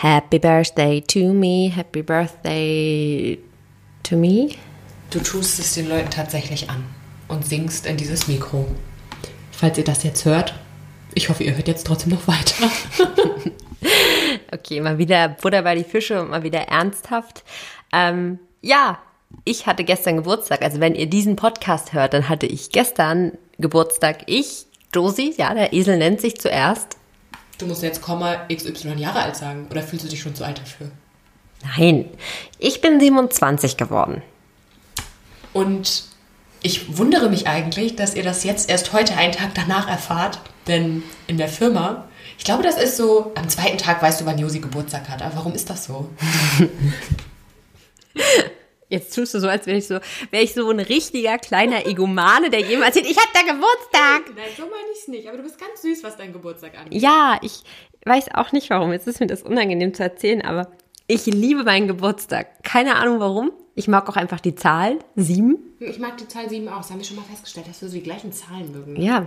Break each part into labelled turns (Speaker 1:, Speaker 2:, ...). Speaker 1: Happy Birthday to me, Happy Birthday to me.
Speaker 2: Du tust es den Leuten tatsächlich an und singst in dieses Mikro. Falls ihr das jetzt hört, ich hoffe, ihr hört jetzt trotzdem noch weiter.
Speaker 1: Okay, mal wieder Butter bei die Fische und mal wieder ernsthaft. Ähm, ja, ich hatte gestern Geburtstag. Also wenn ihr diesen Podcast hört, dann hatte ich gestern Geburtstag. Ich, Josie, ja, der Esel nennt sich zuerst.
Speaker 2: Du musst jetzt Komma XY Jahre alt sagen oder fühlst du dich schon zu alt dafür?
Speaker 1: Nein, ich bin 27 geworden.
Speaker 2: Und ich wundere mich eigentlich, dass ihr das jetzt erst heute einen Tag danach erfahrt, denn in der Firma, ich glaube, das ist so, am zweiten Tag weißt du, wann Josi Geburtstag hat. Aber warum ist das so?
Speaker 1: Jetzt tust du so, als wäre ich so, wäre ich so ein richtiger kleiner Egomane, der jemals sieht, ich hab da Geburtstag.
Speaker 2: Nein, so meine ich es nicht, aber du bist ganz süß, was deinen Geburtstag angeht.
Speaker 1: Ja, ich weiß auch nicht warum. Jetzt ist mir das unangenehm zu erzählen, aber ich liebe meinen Geburtstag. Keine Ahnung warum. Ich mag auch einfach die Zahl. Sieben.
Speaker 2: Ich mag die Zahl 7 auch, das haben wir schon mal festgestellt, dass wir so die gleichen Zahlen mögen.
Speaker 1: Ja.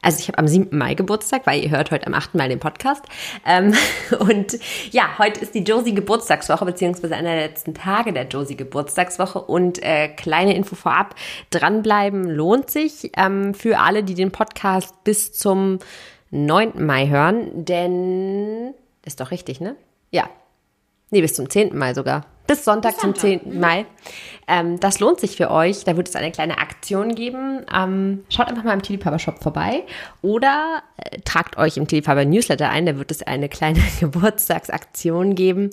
Speaker 1: Also ich habe am 7. Mai Geburtstag, weil ihr hört heute am 8. Mai den Podcast. Ähm, und ja, heute ist die Josie Geburtstagswoche, beziehungsweise einer der letzten Tage der Josie Geburtstagswoche. Und äh, kleine Info vorab, dranbleiben lohnt sich ähm, für alle, die den Podcast bis zum 9. Mai hören. Denn, ist doch richtig, ne? Ja, Nee, bis zum 10. Mai sogar. Bis Sonntag zum 10. Mai. Ähm, das lohnt sich für euch. Da wird es eine kleine Aktion geben. Ähm, schaut einfach mal im Tilipapa Shop vorbei oder äh, tragt euch im Tilipapa Newsletter ein. Da wird es eine kleine Geburtstagsaktion geben,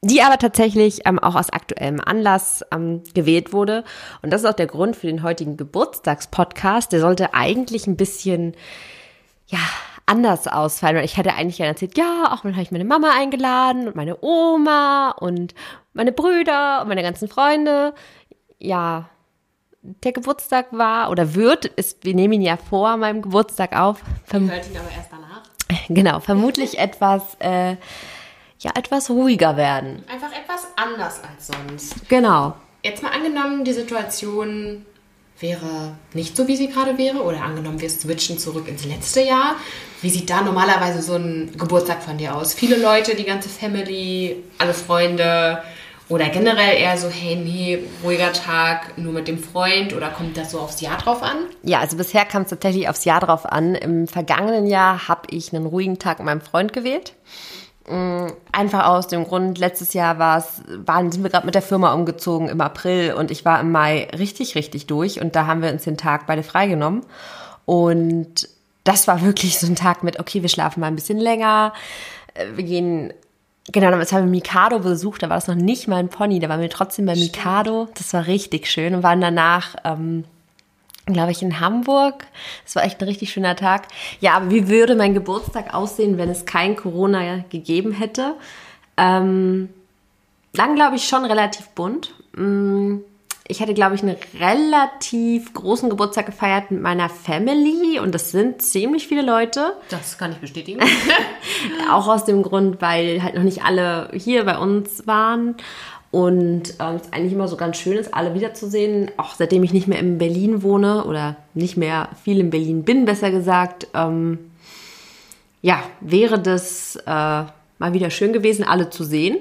Speaker 1: die aber tatsächlich ähm, auch aus aktuellem Anlass ähm, gewählt wurde. Und das ist auch der Grund für den heutigen Geburtstagspodcast. Der sollte eigentlich ein bisschen ja, anders ausfallen. Weil ich hatte eigentlich ja erzählt, ja, auch dann habe ich meine Mama eingeladen und meine Oma und meine Brüder und meine ganzen Freunde. Ja, der Geburtstag war oder wird, ist, wir nehmen ihn ja vor meinem Geburtstag auf. Verm
Speaker 2: Wir hört ihn aber erst danach.
Speaker 1: genau, vermutlich etwas, äh, ja, etwas ruhiger werden.
Speaker 2: Einfach etwas anders als sonst.
Speaker 1: Genau.
Speaker 2: Jetzt mal angenommen, die Situation wäre nicht so, wie sie gerade wäre, oder angenommen, wir switchen zurück ins letzte Jahr. Wie sieht da normalerweise so ein Geburtstag von dir aus? Viele Leute, die ganze Family, alle Freunde oder generell eher so, hey, nee, ruhiger Tag, nur mit dem Freund oder kommt das so aufs Jahr drauf an?
Speaker 1: Ja, also bisher kam es tatsächlich aufs Jahr drauf an. Im vergangenen Jahr habe ich einen ruhigen Tag mit meinem Freund gewählt. Mm, Einfach aus dem Grund, letztes Jahr war's, waren, sind wir gerade mit der Firma umgezogen im April und ich war im Mai richtig, richtig durch und da haben wir uns den Tag beide freigenommen. Und das war wirklich so ein Tag mit, okay, wir schlafen mal ein bisschen länger, äh, wir gehen, genau, damals haben wir Mikado besucht, da war das noch nicht mal ein Pony, da waren wir trotzdem bei Mikado, das war richtig schön und waren danach, ähm, glaube ich, in Hamburg. Es war echt ein richtig schöner Tag. Ja, aber wie würde mein Geburtstag aussehen, wenn es kein Corona gegeben hätte? Ähm, dann glaube ich schon relativ bunt. Mm, Ich hatte, glaube ich, einen relativ großen Geburtstag gefeiert mit meiner Family und das sind ziemlich viele Leute.
Speaker 2: Das kann ich bestätigen.
Speaker 1: Auch aus dem Grund, weil halt noch nicht alle hier bei uns waren. Und ähm, es eigentlich immer so ganz schön ist, alle wiederzusehen. Auch seitdem ich nicht mehr in Berlin wohne oder nicht mehr viel in Berlin bin, besser gesagt. Ähm, ja, wäre das äh, mal wieder schön gewesen, alle zu sehen.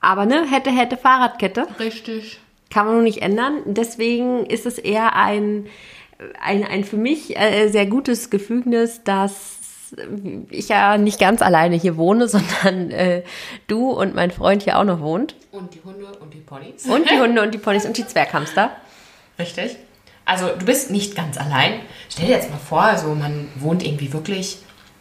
Speaker 1: Aber ne, hätte, hätte Fahrradkette.
Speaker 2: Richtig.
Speaker 1: Kann man nur nicht ändern. Deswegen ist es eher ein, ein, ein für mich äh, sehr gutes Gefügnis, dass ich ja nicht ganz alleine hier wohne, sondern äh, du und mein Freund hier auch noch wohnt.
Speaker 2: Und die Hunde und die Ponys.
Speaker 1: Und die Hunde und die Ponys und die Zwerghamster.
Speaker 2: Richtig. Also du bist nicht ganz allein. Stell dir jetzt mal vor, also man wohnt irgendwie wirklich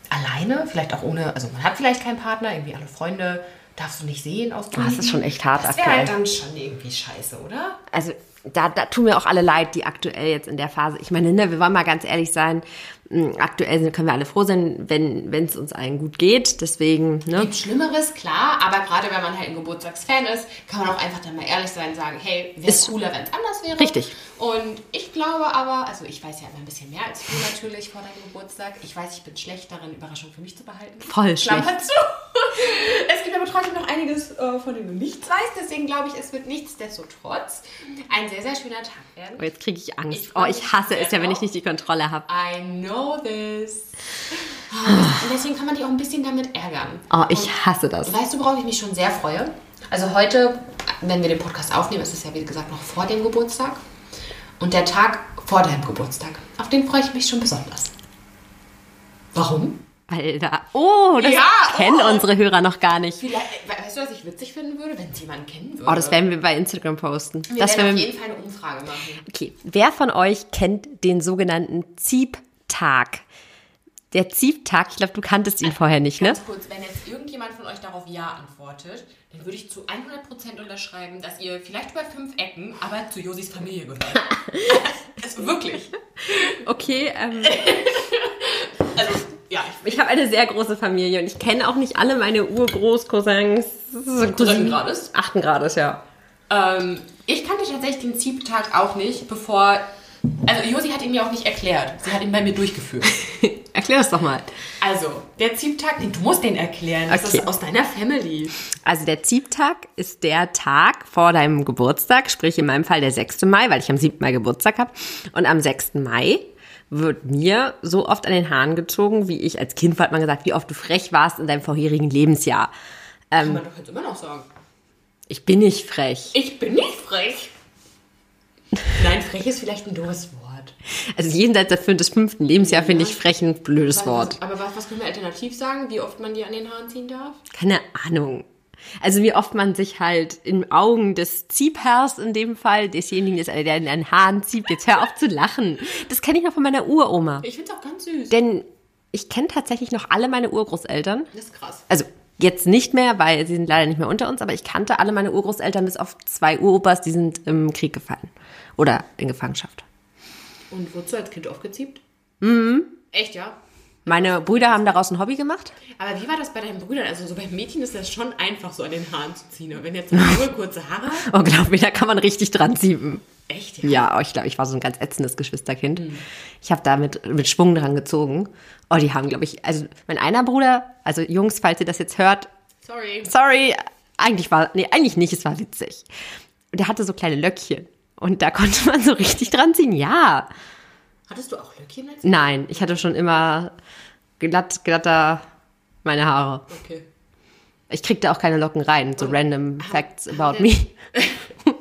Speaker 2: alleine, vielleicht auch ohne, also man hat vielleicht keinen Partner, irgendwie alle Freunde darfst du nicht sehen aus
Speaker 1: Ah, das ist schon echt hart
Speaker 2: Das wäre
Speaker 1: aktuell.
Speaker 2: halt dann schon irgendwie scheiße, oder?
Speaker 1: also da, da tun mir auch alle leid, die aktuell jetzt in der Phase. Ich meine, ne, wir wollen mal ganz ehrlich sein, mh, aktuell sind, können wir alle froh sein, wenn es uns allen gut geht. Deswegen, ne?
Speaker 2: Gibt Schlimmeres, klar, aber gerade wenn man halt ein Geburtstagsfan ist, kann man auch einfach dann mal ehrlich sein und sagen, hey, wäre
Speaker 1: Ist-
Speaker 2: cooler, wenn es anders wäre.
Speaker 1: Richtig.
Speaker 2: Und ich glaube aber, also ich weiß ja immer ein bisschen mehr als du natürlich vor deinem Geburtstag. Ich weiß, ich bin schlecht darin, Überraschungen für mich zu behalten.
Speaker 1: Voll
Speaker 2: Klammer zu. Es gibt aber trotzdem noch einiges, äh, von dem du nichts weißt. Deswegen glaube ich, es wird nichtsdestotrotz ein sehr, sehr schöner Tag
Speaker 1: Oh,
Speaker 2: werden.
Speaker 1: jetzt kriege ich Angst.
Speaker 2: Ich
Speaker 1: oh,
Speaker 2: freu
Speaker 1: ich
Speaker 2: mich
Speaker 1: hasse
Speaker 2: sehr
Speaker 1: es ja, wenn ich
Speaker 2: drauf.
Speaker 1: nicht die Kontrolle habe.
Speaker 2: I know this. Und deswegen kann man dich auch ein bisschen damit ärgern.
Speaker 1: Oh, Ah. ich hasse das.
Speaker 2: Weißt du, worauf ich mich schon sehr freue? Also heute, wenn wir den Podcast aufnehmen, ist es ja wie gesagt noch vor dem Geburtstag. Und der Tag vor deinem Geburtstag, auf den freue ich mich schon besonders. Warum?
Speaker 1: Alter. Oh, das
Speaker 2: Ja,
Speaker 1: kennen
Speaker 2: oh.
Speaker 1: unsere Hörer noch gar nicht.
Speaker 2: Vielleicht, we- weißt du, was ich witzig finden würde, wenn es jemanden kennen würde?
Speaker 1: Oh, das werden wir bei Instagram posten.
Speaker 2: wir
Speaker 1: das werden
Speaker 2: werden auf
Speaker 1: wir,
Speaker 2: jeden Fall eine Umfrage machen.
Speaker 1: okay. Wer von euch kennt den sogenannten Ziebtag? Der Ziebtag, ich glaube, du kanntest ihn vorher nicht, ne?
Speaker 2: Ganz kurz, wenn jetzt irgendjemand von euch darauf Ja antwortet, dann würde ich zu 100% unterschreiben, dass ihr vielleicht über fünf Ecken, aber zu Josis Familie gehört. also wirklich.
Speaker 1: Okay, ähm,
Speaker 2: Also, ja, ich
Speaker 1: ich habe eine sehr große Familie und ich kenne auch nicht alle meine Urgroßcousins.
Speaker 2: dritten Grades?
Speaker 1: Achten Grades, ja.
Speaker 2: Ähm, ich kannte tatsächlich den Ziebtag auch nicht, bevor. Also Josi hat ihn mir auch nicht erklärt. Sie hat ihn bei mir durchgeführt.
Speaker 1: Erklär das doch mal.
Speaker 2: Also, der Ziebtag, nee, du musst den erklären. Das
Speaker 1: Okay.
Speaker 2: ist aus deiner Family.
Speaker 1: Also der Ziebtag ist der Tag vor deinem Geburtstag, sprich in meinem Fall der 6. Mai, weil ich am 7. Mai Geburtstag habe. Und am 6. Mai wird mir so oft an den Haaren gezogen, wie ich als Kind hat man gesagt, wie oft du frech warst in deinem vorherigen Lebensjahr. Ähm.
Speaker 2: Kann man doch jetzt immer noch sagen.
Speaker 1: Ich bin nicht frech.
Speaker 2: Ich bin nicht frech. Nein, frech ist vielleicht ein doofes Wort.
Speaker 1: Also jenseits der fün- des fünften Lebensjahr finde ich frech ein blödes Wort.
Speaker 2: Aber was, was können wir alternativ sagen, wie oft man die an den Haaren ziehen darf?
Speaker 1: Keine Ahnung. Also wie oft man sich halt in Augen des Ziebherrs in dem Fall, desjenigen, des- der in den Haaren zieht, jetzt hör auf zu lachen. Das kenne ich noch von meiner Uroma.
Speaker 2: Ich find's auch ganz süß.
Speaker 1: Denn ich kenne tatsächlich noch alle meine Urgroßeltern.
Speaker 2: das ist krass.
Speaker 1: Also jetzt nicht mehr, weil sie sind leider nicht mehr unter uns, aber ich kannte alle meine Urgroßeltern bis auf zwei Uropas, die sind im Krieg gefallen. Oder in Gefangenschaft.
Speaker 2: Und wurdest du als Kind aufgeziebt? Mhm. Echt, ja?
Speaker 1: Meine Brüder haben daraus ein Hobby gemacht.
Speaker 2: Aber wie war das bei deinen Brüdern? Also so bei Mädchen ist das schon einfach, so an den Haaren zu ziehen. Und wenn jetzt ein Junge kurze Haare hat,
Speaker 1: Oh, glaub mir, da kann man richtig dran ziehen.
Speaker 2: echt, ja.
Speaker 1: Ja, oh, ich glaube, ich war so ein ganz ätzendes Geschwisterkind. Ich habe da mit, mit Schwung dran gezogen. Oh, die haben, glaube ich, also mein einer Bruder, also Jungs, falls ihr das jetzt hört,
Speaker 2: Sorry.
Speaker 1: sorry, eigentlich war, nee, eigentlich nicht, es war witzig. Und der hatte so kleine Löckchen. Und da konnte man so richtig dran ziehen. Ja.
Speaker 2: Hattest du auch Löckchen als
Speaker 1: Nein, ich hatte schon immer glatt, glatter meine Haare.
Speaker 2: Okay.
Speaker 1: Ich kriegte auch keine Locken rein. So random facts about me.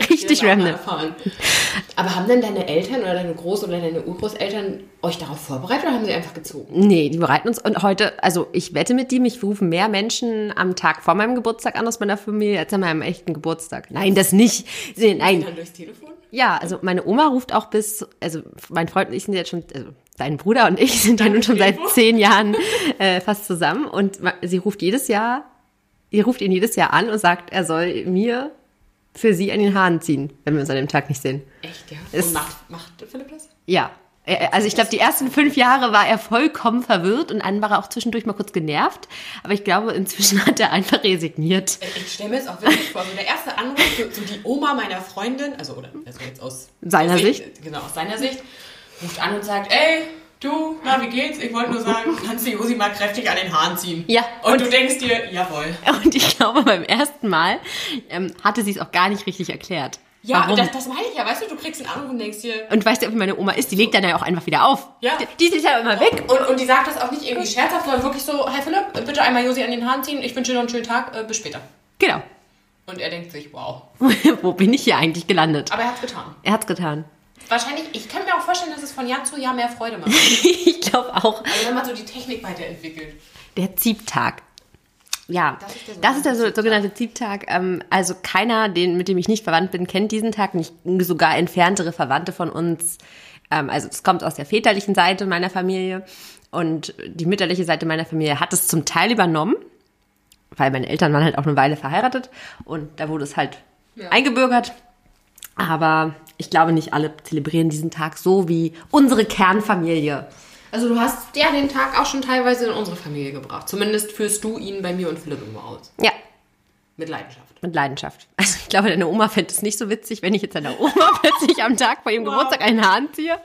Speaker 2: Ich
Speaker 1: richtig
Speaker 2: Genau.
Speaker 1: random.
Speaker 2: erfahren. Aber haben denn deine Eltern oder deine Groß- oder deine Urgroßeltern euch darauf vorbereitet oder haben sie einfach gezogen?
Speaker 1: Nee, die bereiten uns. Und heute, also ich wette mit dir, mich rufen mehr Menschen am Tag vor meinem Geburtstag an aus meiner Familie als an meinem echten Geburtstag. Nein, das nicht. Nee, Nein,
Speaker 2: Dann durchs Telefon?
Speaker 1: Ja, also meine Oma ruft auch bis, also mein Freund und ich sind jetzt schon, also dein Bruder und ich sind ja nun schon seit zehn Jahren äh, fast zusammen und ma- sie ruft jedes Jahr, ihr ruft ihn jedes Jahr an und sagt, er soll mir für sie an den Haaren ziehen, wenn wir uns an dem Tag nicht sehen.
Speaker 2: Echt, ja?
Speaker 1: Ist-
Speaker 2: Und macht, macht Philipp das?
Speaker 1: Ja. Äh, Also ich glaube, die ersten fünf Jahre war er vollkommen verwirrt und dann war er auch zwischendurch mal kurz genervt. Aber ich glaube, inzwischen hat er einfach resigniert.
Speaker 2: Ich stelle mir jetzt auch wirklich vor, so der erste Anruf, so, so die Oma meiner Freundin, also oder also jetzt aus
Speaker 1: Seiner
Speaker 2: aus Genau, aus seiner Sicht, ruft an und sagt, ey, du, na, wie geht's? Ich wollte nur sagen, kannst du Josi mal kräftig an den Haaren ziehen?
Speaker 1: Ja,
Speaker 2: Und,
Speaker 1: und-
Speaker 2: du denkst dir, jawohl.
Speaker 1: Und ich glaube, beim ersten Mal ähm, hatte sie es auch gar nicht richtig erklärt.
Speaker 2: Ja,
Speaker 1: warum.
Speaker 2: das, das meine ich ja, weißt du, du kriegst einen Anruf und denkst dir,
Speaker 1: Und weißt du, wie meine Oma ist? Die legt dann ja auch einfach wieder auf.
Speaker 2: Ja.
Speaker 1: Die, die ist ja immer weg.
Speaker 2: Und, und die sagt das auch nicht irgendwie scherzhaft, sondern wirklich so, hey Philipp, bitte einmal Josi an den Haaren ziehen, ich wünsche dir noch einen schönen Tag, äh, bis später.
Speaker 1: Genau.
Speaker 2: Und er denkt sich, wow.
Speaker 1: Wo bin ich hier eigentlich gelandet?
Speaker 2: Aber er hat's getan.
Speaker 1: Er hat's getan.
Speaker 2: Wahrscheinlich, ich kann mir auch vorstellen, dass es von Jahr zu Jahr mehr Freude macht.
Speaker 1: ich glaube auch.
Speaker 2: Also wenn man so die Technik weiterentwickelt.
Speaker 1: Der Ziebtag. Ja,
Speaker 2: Das ist der
Speaker 1: das ist der so- sogenannte Ziebtag. Ähm, also keiner, den, mit dem ich nicht verwandt bin, kennt diesen Tag. Nicht sogar entferntere Verwandte von uns. Ähm, also es kommt aus der väterlichen Seite meiner Familie. Und die mütterliche Seite meiner Familie hat es zum Teil übernommen, weil meine Eltern waren halt auch eine Weile verheiratet. Und da wurde es halt eingebürgert. Aber ich glaube, nicht alle zelebrieren diesen Tag so wie unsere Kernfamilie.
Speaker 2: Also du hast ja den Tag auch schon teilweise in unsere Familie gebracht. Zumindest führst du ihn bei mir und Philipp immer aus.
Speaker 1: Ja,
Speaker 2: Mit Leidenschaft.
Speaker 1: Mit Leidenschaft. Also ich glaube, deine Oma fände es nicht so witzig, wenn ich jetzt deiner Oma plötzlich am Tag vor ihrem Geburtstag einen Hahn ziehe.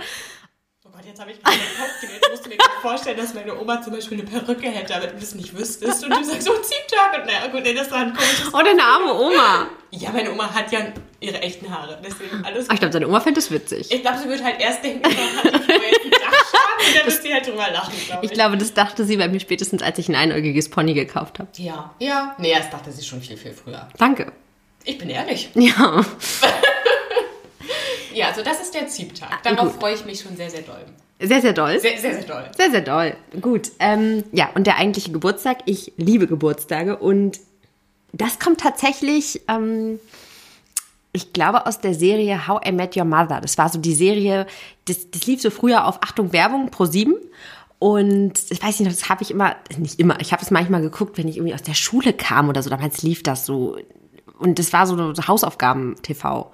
Speaker 2: Oh Gott, jetzt habe ich gerade den Kopf gedreht. Ich musste mir gerade vorstellen, dass meine Oma zum Beispiel eine Perücke hätte, damit du das nicht wüsstest. Und du sagst, oh, Ziebtag. Und naja, gut, nee, das war ein komisches...
Speaker 1: Oh, deine arme Oma.
Speaker 2: Ja, meine Oma hat ja ihre echten Haare. Deswegen alles
Speaker 1: Ah, ich glaube, deine Oma fände es witzig.
Speaker 2: Ich glaube, sie wird halt erst denken, man hat die vorher jetzt einen Dachschaden da wird sie halt drüber lachen, glaube ich.
Speaker 1: Ich glaube, das dachte sie bei mir spätestens, als ich ein einäugiges Pony gekauft habe.
Speaker 2: Ja, ja. Nee, das dachte sie schon viel, viel früher.
Speaker 1: Danke.
Speaker 2: Ich bin ehrlich.
Speaker 1: Ja.
Speaker 2: Ja, also das ist der Ziebtag. Darauf freue ich mich schon sehr, sehr doll.
Speaker 1: Sehr, sehr doll.
Speaker 2: Sehr, sehr, sehr doll.
Speaker 1: Sehr, sehr doll. Gut. Ähm, ja, und der eigentliche Geburtstag. Ich liebe Geburtstage und das kommt tatsächlich, ähm, ich glaube, aus der Serie How I Met Your Mother. Das war so die Serie, das, das lief so früher auf Achtung Werbung pro 7. Und ich weiß nicht, das habe ich immer, nicht immer, ich habe es manchmal geguckt, wenn ich irgendwie aus der Schule kam oder so. Damals lief das so. Und das war so Hausaufgaben-TV.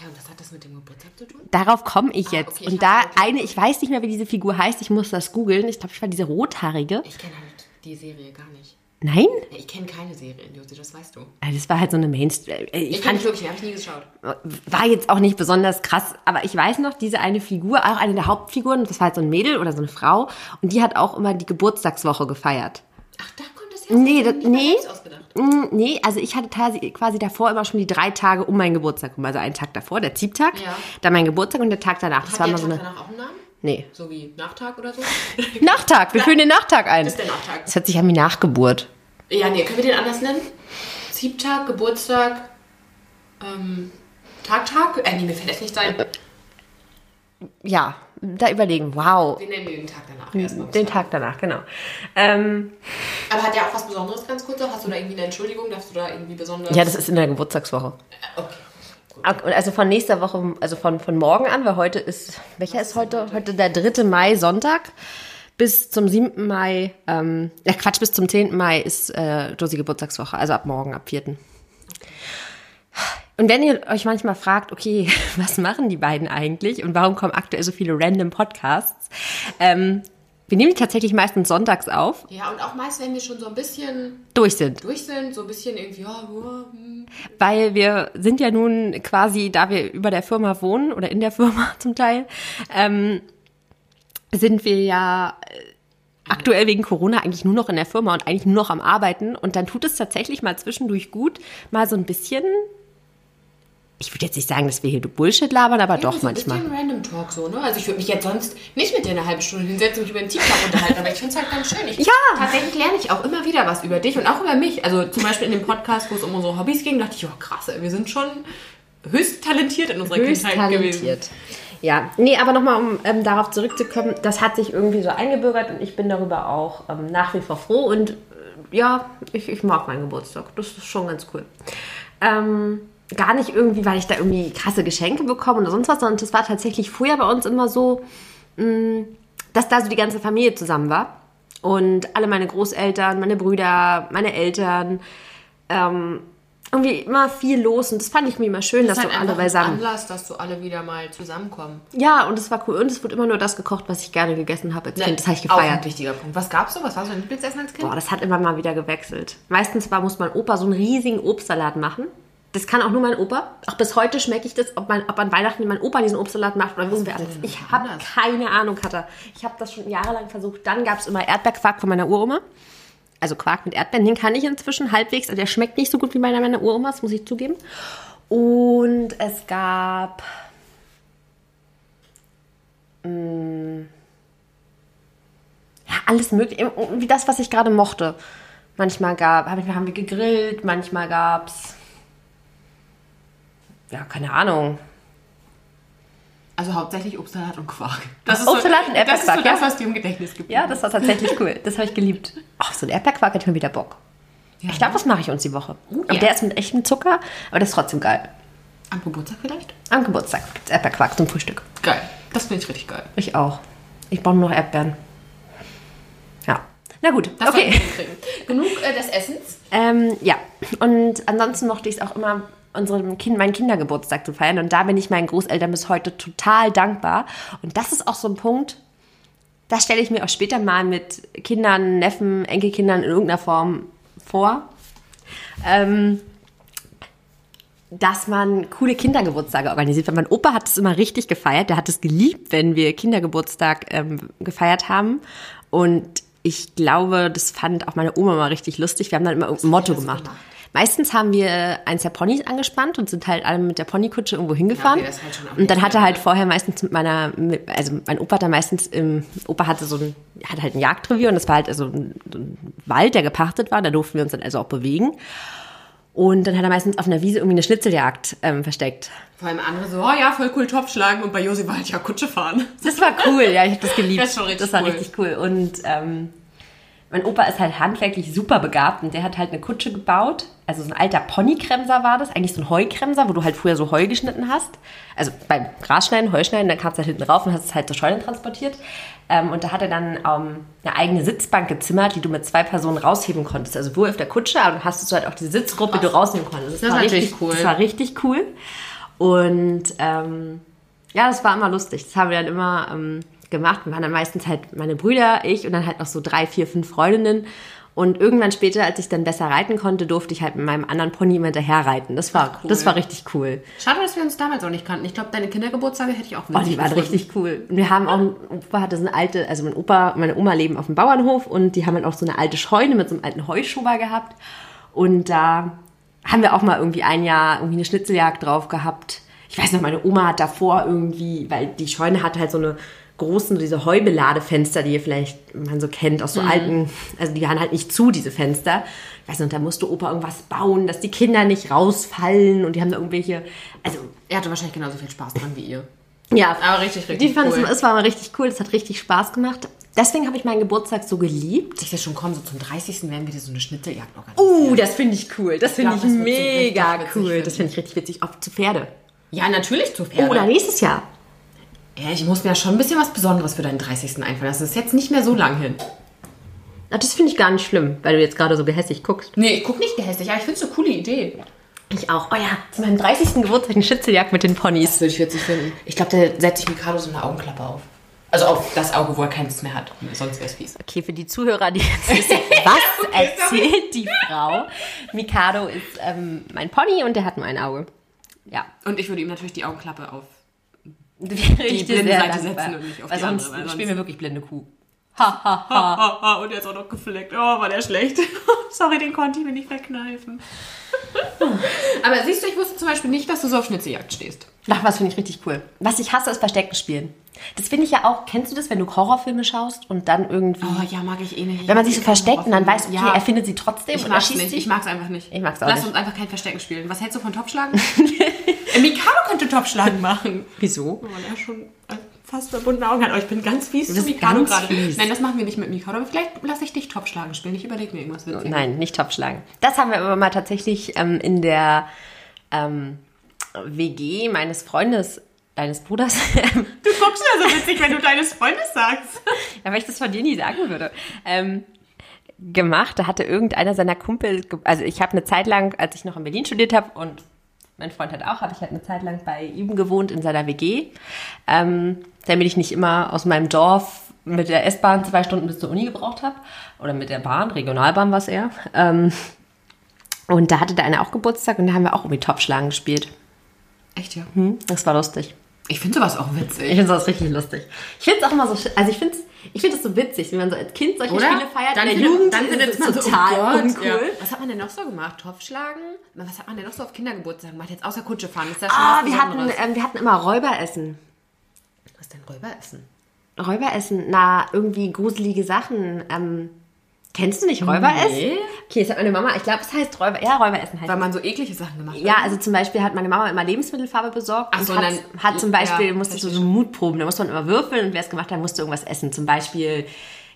Speaker 2: Ja, und was hat das mit dem Geburtstag zu tun?
Speaker 1: Darauf komme ich
Speaker 2: Ah,
Speaker 1: jetzt.
Speaker 2: okay, ich
Speaker 1: und da
Speaker 2: hab's vergessen.
Speaker 1: eine, ich weiß nicht mehr, wie diese Figur heißt, ich muss das googeln. Ich glaube, ich war diese rothaarige.
Speaker 2: Ich kenne halt die Serie gar nicht.
Speaker 1: Nein?
Speaker 2: Ja, Ich kenne keine Serien, Josi, das weißt du.
Speaker 1: Also Das war halt so eine Mainstream. Ich,
Speaker 2: Ich
Speaker 1: fand,
Speaker 2: kann nicht wirklich, habe ich nie geschaut.
Speaker 1: war jetzt auch nicht besonders krass, aber ich weiß noch, diese eine Figur, auch eine der Hauptfiguren, das war halt so ein Mädel oder so eine Frau, und die hat auch immer die Geburtstagswoche gefeiert.
Speaker 2: Ach, da kommt das her?
Speaker 1: Nee, das,
Speaker 2: hab ich mir
Speaker 1: nee,
Speaker 2: selbst ausgedacht.
Speaker 1: Mm, nee, also ich hatte tasi- quasi davor immer schon die drei Tage um meinen Geburtstag rum, also einen Tag davor, der Ziebtag,
Speaker 2: Ja.
Speaker 1: dann mein Geburtstag und der Tag danach. Das
Speaker 2: Hat
Speaker 1: war
Speaker 2: der
Speaker 1: immer
Speaker 2: Tag
Speaker 1: so eine,
Speaker 2: danach auch einen Namen?
Speaker 1: nee.
Speaker 2: So wie Nachtag oder so?
Speaker 1: Nachtag, wir führen den Nachtag ein.
Speaker 2: Das ist der Nachtag.
Speaker 1: Das hört sich an wie Nachgeburt.
Speaker 2: Ja, nee, können wir den anders nennen? Siebtag, Geburtstag, ähm, Tagtag? Äh, nee, mir fällt das nicht ein.
Speaker 1: Ja, da überlegen, wow.
Speaker 2: Wir nennen den Tag danach erstmal.
Speaker 1: Den Tag danach, genau. Ähm,
Speaker 2: Aber hat der auch was Besonderes ganz kurz? noch? Hast du da irgendwie eine Entschuldigung? Darfst du da irgendwie besonders...
Speaker 1: ja, das ist in der Geburtstagswoche.
Speaker 2: Okay. Gut.
Speaker 1: Ak- und Also von nächster Woche, also von, von morgen an, weil heute ist, welcher ist heute? Heute der 3. Mai, Sonntag. Bis zum 7. Mai, ähm, ja Quatsch, bis zum 10. Mai ist äh, Josi Geburtstagswoche, also ab morgen, ab 4. Und wenn ihr euch manchmal fragt, okay, was machen die beiden eigentlich und warum kommen aktuell so viele random Podcasts? Ähm, wir nehmen die tatsächlich meistens sonntags auf,
Speaker 2: Ja, und auch meist, wenn wir schon so ein bisschen
Speaker 1: durch sind.
Speaker 2: durch sind, so ein bisschen irgendwie, ja, ja, hm.
Speaker 1: Weil wir sind ja nun quasi, da wir über der Firma wohnen oder in der Firma zum Teil, ähm, sind wir ja äh, aktuell wegen Corona eigentlich nur noch in der Firma und eigentlich nur noch am Arbeiten. Und dann tut es tatsächlich mal zwischendurch gut, mal so ein bisschen. Ich würde jetzt nicht sagen, dass wir hier Bullshit labern, aber
Speaker 2: Ja,
Speaker 1: doch
Speaker 2: so ein
Speaker 1: manchmal.
Speaker 2: bisschen Random Talk so, ne? Also ich würde mich jetzt sonst nicht mit dir eine halbe Stunde hinsetzen und mich über den TikTok unterhalten, aber ich finde es halt ganz schön. Ich,
Speaker 1: Ja.
Speaker 2: Tatsächlich lerne ich auch immer wieder was über dich und auch über mich. Also zum Beispiel in dem Podcast, wo es um unsere Hobbys ging, dachte ich, oh krass, ey, wir sind schon höchst talentiert in unserer
Speaker 1: höchst
Speaker 2: Kindheit gewesen.
Speaker 1: talentiert. Ja, nee, aber nochmal, um ähm, darauf zurückzukommen, das hat sich irgendwie so eingebürgert und ich bin darüber auch ähm, nach wie vor froh und äh, ja, ich, ich mag meinen Geburtstag. Das ist schon ganz cool. Ähm, gar nicht irgendwie, weil ich da irgendwie krasse Geschenke bekomme oder sonst was, sondern das war tatsächlich früher bei uns immer so, mh, dass da so die ganze Familie zusammen war. Und alle meine Großeltern, meine Brüder, meine Eltern, ähm, irgendwie immer viel los und das fand ich mir immer schön,
Speaker 2: Das
Speaker 1: dass
Speaker 2: ist
Speaker 1: so
Speaker 2: halt
Speaker 1: alle
Speaker 2: einfach ein
Speaker 1: beisammen
Speaker 2: Anlass, dass du alle wieder mal zusammenkommen.
Speaker 1: ja, und es war cool. Und es wurde immer nur das gekocht, was ich gerne gegessen habe als Kind. Das habe ich
Speaker 2: Auch ein
Speaker 1: gefeiert.
Speaker 2: wichtiger Punkt. Was gab's so? Was war so dein Lieblingsessen als Kind?
Speaker 1: Boah, das hat immer mal wieder gewechselt. Meistens war, muss mein Opa so einen riesigen Obstsalat machen. Das kann auch nur mein Opa. Auch bis heute schmecke ich das, ob, mein, ob an Weihnachten mein Opa diesen Obstsalat macht oder wissen wir alles. Ich habe
Speaker 2: anders?
Speaker 1: keine Ahnung, Katha. Ich habe das schon jahrelang versucht. Dann gab es immer Erdbeerquark von meiner Uroma. Also Quark mit Erdbeeren, den kann ich inzwischen halbwegs. Der schmeckt nicht so gut wie meiner meiner Uroma, das muss ich zugeben. Und es gab mm, ja, alles mögliche, um, wie das, was ich gerade mochte. Manchmal gab, manchmal haben wir gegrillt, manchmal gab's ja, keine Ahnung.
Speaker 2: Also hauptsächlich Obstsalat und Quark. Das
Speaker 1: Obstsalat und
Speaker 2: Das ist so
Speaker 1: Erdbeerquark,
Speaker 2: das,
Speaker 1: ja.
Speaker 2: was dir im Gedächtnis geblieben
Speaker 1: Ja, das war tatsächlich cool. Das habe ich geliebt. Ach, so ein Erdbeerquark hat schon wieder Bock. Ich glaube, das mache ich uns die Woche. Und
Speaker 2: ja.
Speaker 1: der ist mit echtem Zucker, aber das ist trotzdem geil.
Speaker 2: Am Geburtstag vielleicht?
Speaker 1: Am Geburtstag gibt's Erdbeerquark zum Frühstück.
Speaker 2: Geil. Das finde ich richtig geil.
Speaker 1: Ich auch. Ich brauche nur noch Erdbeeren. Ja. Na gut,
Speaker 2: Das
Speaker 1: okay.
Speaker 2: sollten wir hinkriegen. Genug äh, des Essens.
Speaker 1: Ähm, ja, und ansonsten mochte ich es auch immer, unseren kind, meinen Kindergeburtstag zu feiern. Und da bin ich meinen Großeltern bis heute total dankbar. Und das ist auch so ein Punkt, da stelle ich mir auch später mal mit Kindern, Neffen, Enkelkindern in irgendeiner Form vor, ähm, dass man coole Kindergeburtstage organisiert. Weil mein Opa hat es immer richtig gefeiert. Der hat es geliebt, wenn wir Kindergeburtstag ähm, gefeiert haben. Und ich glaube, das fand auch meine Oma mal richtig lustig. Wir haben dann immer irgendein Motto
Speaker 2: das
Speaker 1: gemacht.
Speaker 2: gemacht?
Speaker 1: Meistens haben wir eins der Ponys angespannt und sind halt alle mit der Ponykutsche irgendwo hingefahren.
Speaker 2: Ja, okay, das ist halt schon auch
Speaker 1: und dann
Speaker 2: nicht
Speaker 1: hatte
Speaker 2: so,
Speaker 1: halt
Speaker 2: ne?
Speaker 1: vorher meistens mit meiner, mit, also mein Opa hat da meistens im, Opa hatte so ein, hatte halt ein Jagdrevier und das war halt also ein, so ein Wald, der gepachtet war, da durften wir uns dann also auch bewegen. Und dann hat er meistens auf einer Wiese irgendwie eine Schnitzeljagd ähm, versteckt.
Speaker 2: Vor allem andere so, oh ja, voll cool Topf schlagen und bei Josi war halt ja Kutsche fahren.
Speaker 1: Das war cool, ja, ich habe das geliebt.
Speaker 2: Das ist schon richtig
Speaker 1: war
Speaker 2: cool.
Speaker 1: richtig cool. Und ähm, mein Opa ist halt handwerklich super begabt und der hat halt eine Kutsche gebaut. Also so ein alter Ponykremser war das, eigentlich so ein Heukremser, wo du halt früher so Heu geschnitten hast. Also beim Grasschneiden, Heuschneiden, dann kamst du halt hinten rauf und hast es halt zur Scheune transportiert. Ähm, und da hat er dann ähm, eine eigene Sitzbank gezimmert, die du mit zwei Personen rausheben konntest. Also wohl auf der Kutsche, aber hast du halt auch diese Sitzgruppe, die du rausnehmen konntest.
Speaker 2: Das ist natürlich
Speaker 1: richtig,
Speaker 2: cool.
Speaker 1: Das war richtig cool. Und ähm, ja, das war immer lustig. Das haben wir dann immer ähm, gemacht. Wir waren dann meistens halt meine Brüder, ich und dann halt noch so drei, vier, fünf Freundinnen. Und irgendwann später, als ich dann besser reiten konnte, durfte ich halt mit meinem anderen Pony immer hinterher reiten. Das war,
Speaker 2: cool.
Speaker 1: das war richtig cool.
Speaker 2: Schade, dass wir uns damals auch nicht kannten. Ich glaube, deine Kindergeburtstage hätte ich auch
Speaker 1: Oh, die waren richtig cool. Und wir haben auch, mein Opa hatte so eine alte, also mein Opa, meine Oma leben auf dem Bauernhof und die haben halt auch so eine alte Scheune mit so einem alten Heuschober gehabt. Und da haben wir auch mal irgendwie ein Jahr irgendwie eine Schnitzeljagd drauf gehabt. Ich weiß noch, meine Oma hat davor irgendwie, weil die Scheune hatte halt so eine großen, diese Heubeladefenster, die ihr vielleicht man so kennt aus so alten, also die waren halt nicht zu, diese Fenster. Ich weiß noch, da musste Opa irgendwas bauen, dass die Kinder nicht rausfallen und die haben da irgendwelche, also
Speaker 2: Er hatte wahrscheinlich genauso viel Spaß dran wie ihr.
Speaker 1: ja,
Speaker 2: Aber richtig, richtig
Speaker 1: Die fanden
Speaker 2: cool.
Speaker 1: es, es war mal richtig Ah, cool, es hat richtig Spaß gemacht. Deswegen habe ich meinen Geburtstag so geliebt.
Speaker 2: Ich ja schon kommen, so zum 30. werden wir dir so eine Schnitzeljagd organisieren.
Speaker 1: Uh, das finde ich cool. Das finde
Speaker 2: Ja,
Speaker 1: ich
Speaker 2: das wird so
Speaker 1: mega
Speaker 2: richtig witzig
Speaker 1: cool. Das
Speaker 2: finden.
Speaker 1: finde ich richtig witzig. Auf zu Pferde.
Speaker 2: Ja, natürlich zu
Speaker 1: Oh, oder
Speaker 2: Pferde.
Speaker 1: nächstes Jahr.
Speaker 2: ja, ich muss mir ja schon ein bisschen was Besonderes für deinen 30. einfallen lassen. Das ist jetzt nicht mehr so lang hin.
Speaker 1: Ach, das finde ich gar nicht schlimm, weil du jetzt gerade so gehässig guckst.
Speaker 2: Nee, ich guck nicht gehässig, aber ich finde es eine coole Idee.
Speaker 1: Ich auch. Oh ja, zu meinem 30. Geburtstag eine Schitzeljagd mit den Ponys.
Speaker 2: Das würde ich witzig finden. Ich glaube, da setze ich mir gerade so eine Augenklappe auf. Also auf das Auge, wo er keins mehr hat. Sonst wäre es fies.
Speaker 1: Okay, für die Zuhörer, die jetzt wissen, was erzählt die Frau? Mikado ist ähm, mein Pony und der hat nur ein Auge. Ja.
Speaker 2: Und ich würde ihm natürlich die Augenklappe auf.
Speaker 1: Wäre ich dir
Speaker 2: blinde
Speaker 1: sehr
Speaker 2: Seite
Speaker 1: dankbar.
Speaker 2: setzen und nicht auf
Speaker 1: weil
Speaker 2: die
Speaker 1: sonst
Speaker 2: andere, weil
Speaker 1: spielen
Speaker 2: sonst-
Speaker 1: wir wirklich blinde Kuh.
Speaker 2: Ah, und er ist auch noch gefleckt. Oh, war der schlecht. Sorry, den konnte ich mir nicht verkneifen. Aber siehst du, ich wusste zum Beispiel nicht, dass du so auf Schnitzeljagd stehst.
Speaker 1: Ach, was finde ich richtig cool. Was ich hasse, ist Verstecken spielen. Das finde ich ja auch, kennst du das, wenn du Horrorfilme schaust und dann irgendwie,
Speaker 2: Oh ja, mag ich eh nicht.
Speaker 1: wenn man sich so versteckt und dann weiß, okay,
Speaker 2: ja,
Speaker 1: er findet sie trotzdem
Speaker 2: Ich
Speaker 1: und er
Speaker 2: mag's
Speaker 1: schießt
Speaker 2: nicht.
Speaker 1: sie.
Speaker 2: Ich mag's einfach nicht.
Speaker 1: Ich mag's auch
Speaker 2: Lass
Speaker 1: nicht.
Speaker 2: uns einfach kein Verstecken spielen. Was hältst du von Topfschlagen? Äh, Mikado könnte Topfschlagen machen.
Speaker 1: Wieso?
Speaker 2: Weil er schon äh, fast verbundene Augen hat. Oh, ich bin ganz fies zu
Speaker 1: bist
Speaker 2: Mikado
Speaker 1: ganz
Speaker 2: gerade.
Speaker 1: fies.
Speaker 2: Nein, das machen wir nicht mit Mikado. Aber vielleicht lasse ich dich Topfschlagen spielen. Ich überlege mir irgendwas Witziges.
Speaker 1: Oh, Nein, nicht topfschlagen. Das haben wir aber mal tatsächlich ähm, in der ähm, WG meines Freundes, deines Bruders, ähm,
Speaker 2: Du guckst ja so witzig, wenn du deines Freundes sagst.
Speaker 1: Ja, weil ich das von dir nie sagen würde. Ähm, gemacht, da hatte irgendeiner seiner Kumpel, ge- also ich habe eine Zeit lang, als ich noch in Berlin studiert habe und mein Freund hat auch, habe ich halt eine Zeit lang bei ihm gewohnt in seiner WG, ähm, damit ich nicht immer aus meinem Dorf mit der S-Bahn zwei Stunden bis zur Uni gebraucht habe oder mit der Bahn, Regionalbahn war es eher. Ähm, und da hatte der eine auch Geburtstag und da haben wir auch irgendwie Topfschlagen gespielt.
Speaker 2: Echt ja.
Speaker 1: Hm, das war lustig.
Speaker 2: Ich finde sowas auch witzig.
Speaker 1: Ich finde das richtig lustig. Ich finde es auch immer so, sch- also ich finde ich find das so witzig, wenn man so als Kind solche
Speaker 2: Oder?
Speaker 1: Spiele feiert.
Speaker 2: dann
Speaker 1: in der
Speaker 2: findet-
Speaker 1: Jugend
Speaker 2: dann
Speaker 1: ist
Speaker 2: findet
Speaker 1: es
Speaker 2: man so,
Speaker 1: total
Speaker 2: oh Gott,
Speaker 1: uncool.
Speaker 2: ja. Was hat man denn noch so gemacht? Topfschlagen? Na, Was hat man denn noch so auf Kindergeburtstagen gemacht? Jetzt außer Kutsche fahren. Ist ja schon
Speaker 1: Ah,
Speaker 2: was
Speaker 1: wir hatten,
Speaker 2: Besonderes.
Speaker 1: ähm, wir hatten immer Räuberessen.
Speaker 2: Was denn Räuberessen?
Speaker 1: Räuberessen, na, irgendwie gruselige Sachen. Ähm, kennst du nicht Räuberessen?
Speaker 2: Nee.
Speaker 1: Okay, das hat meine Mama, ich glaube, es heißt Räuber, ja, Räuberessen heißt
Speaker 2: Weil man so eklige Sachen gemacht hat.
Speaker 1: Ja, also zum Beispiel hat meine Mama immer Lebensmittelfarbe besorgt
Speaker 2: Ach so,
Speaker 1: und hat,
Speaker 2: dann-
Speaker 1: hat zum Beispiel,
Speaker 2: ja,
Speaker 1: musste so, so Mutproben, da musste man immer würfeln und wer es gemacht hat, musste irgendwas essen. Zum Beispiel,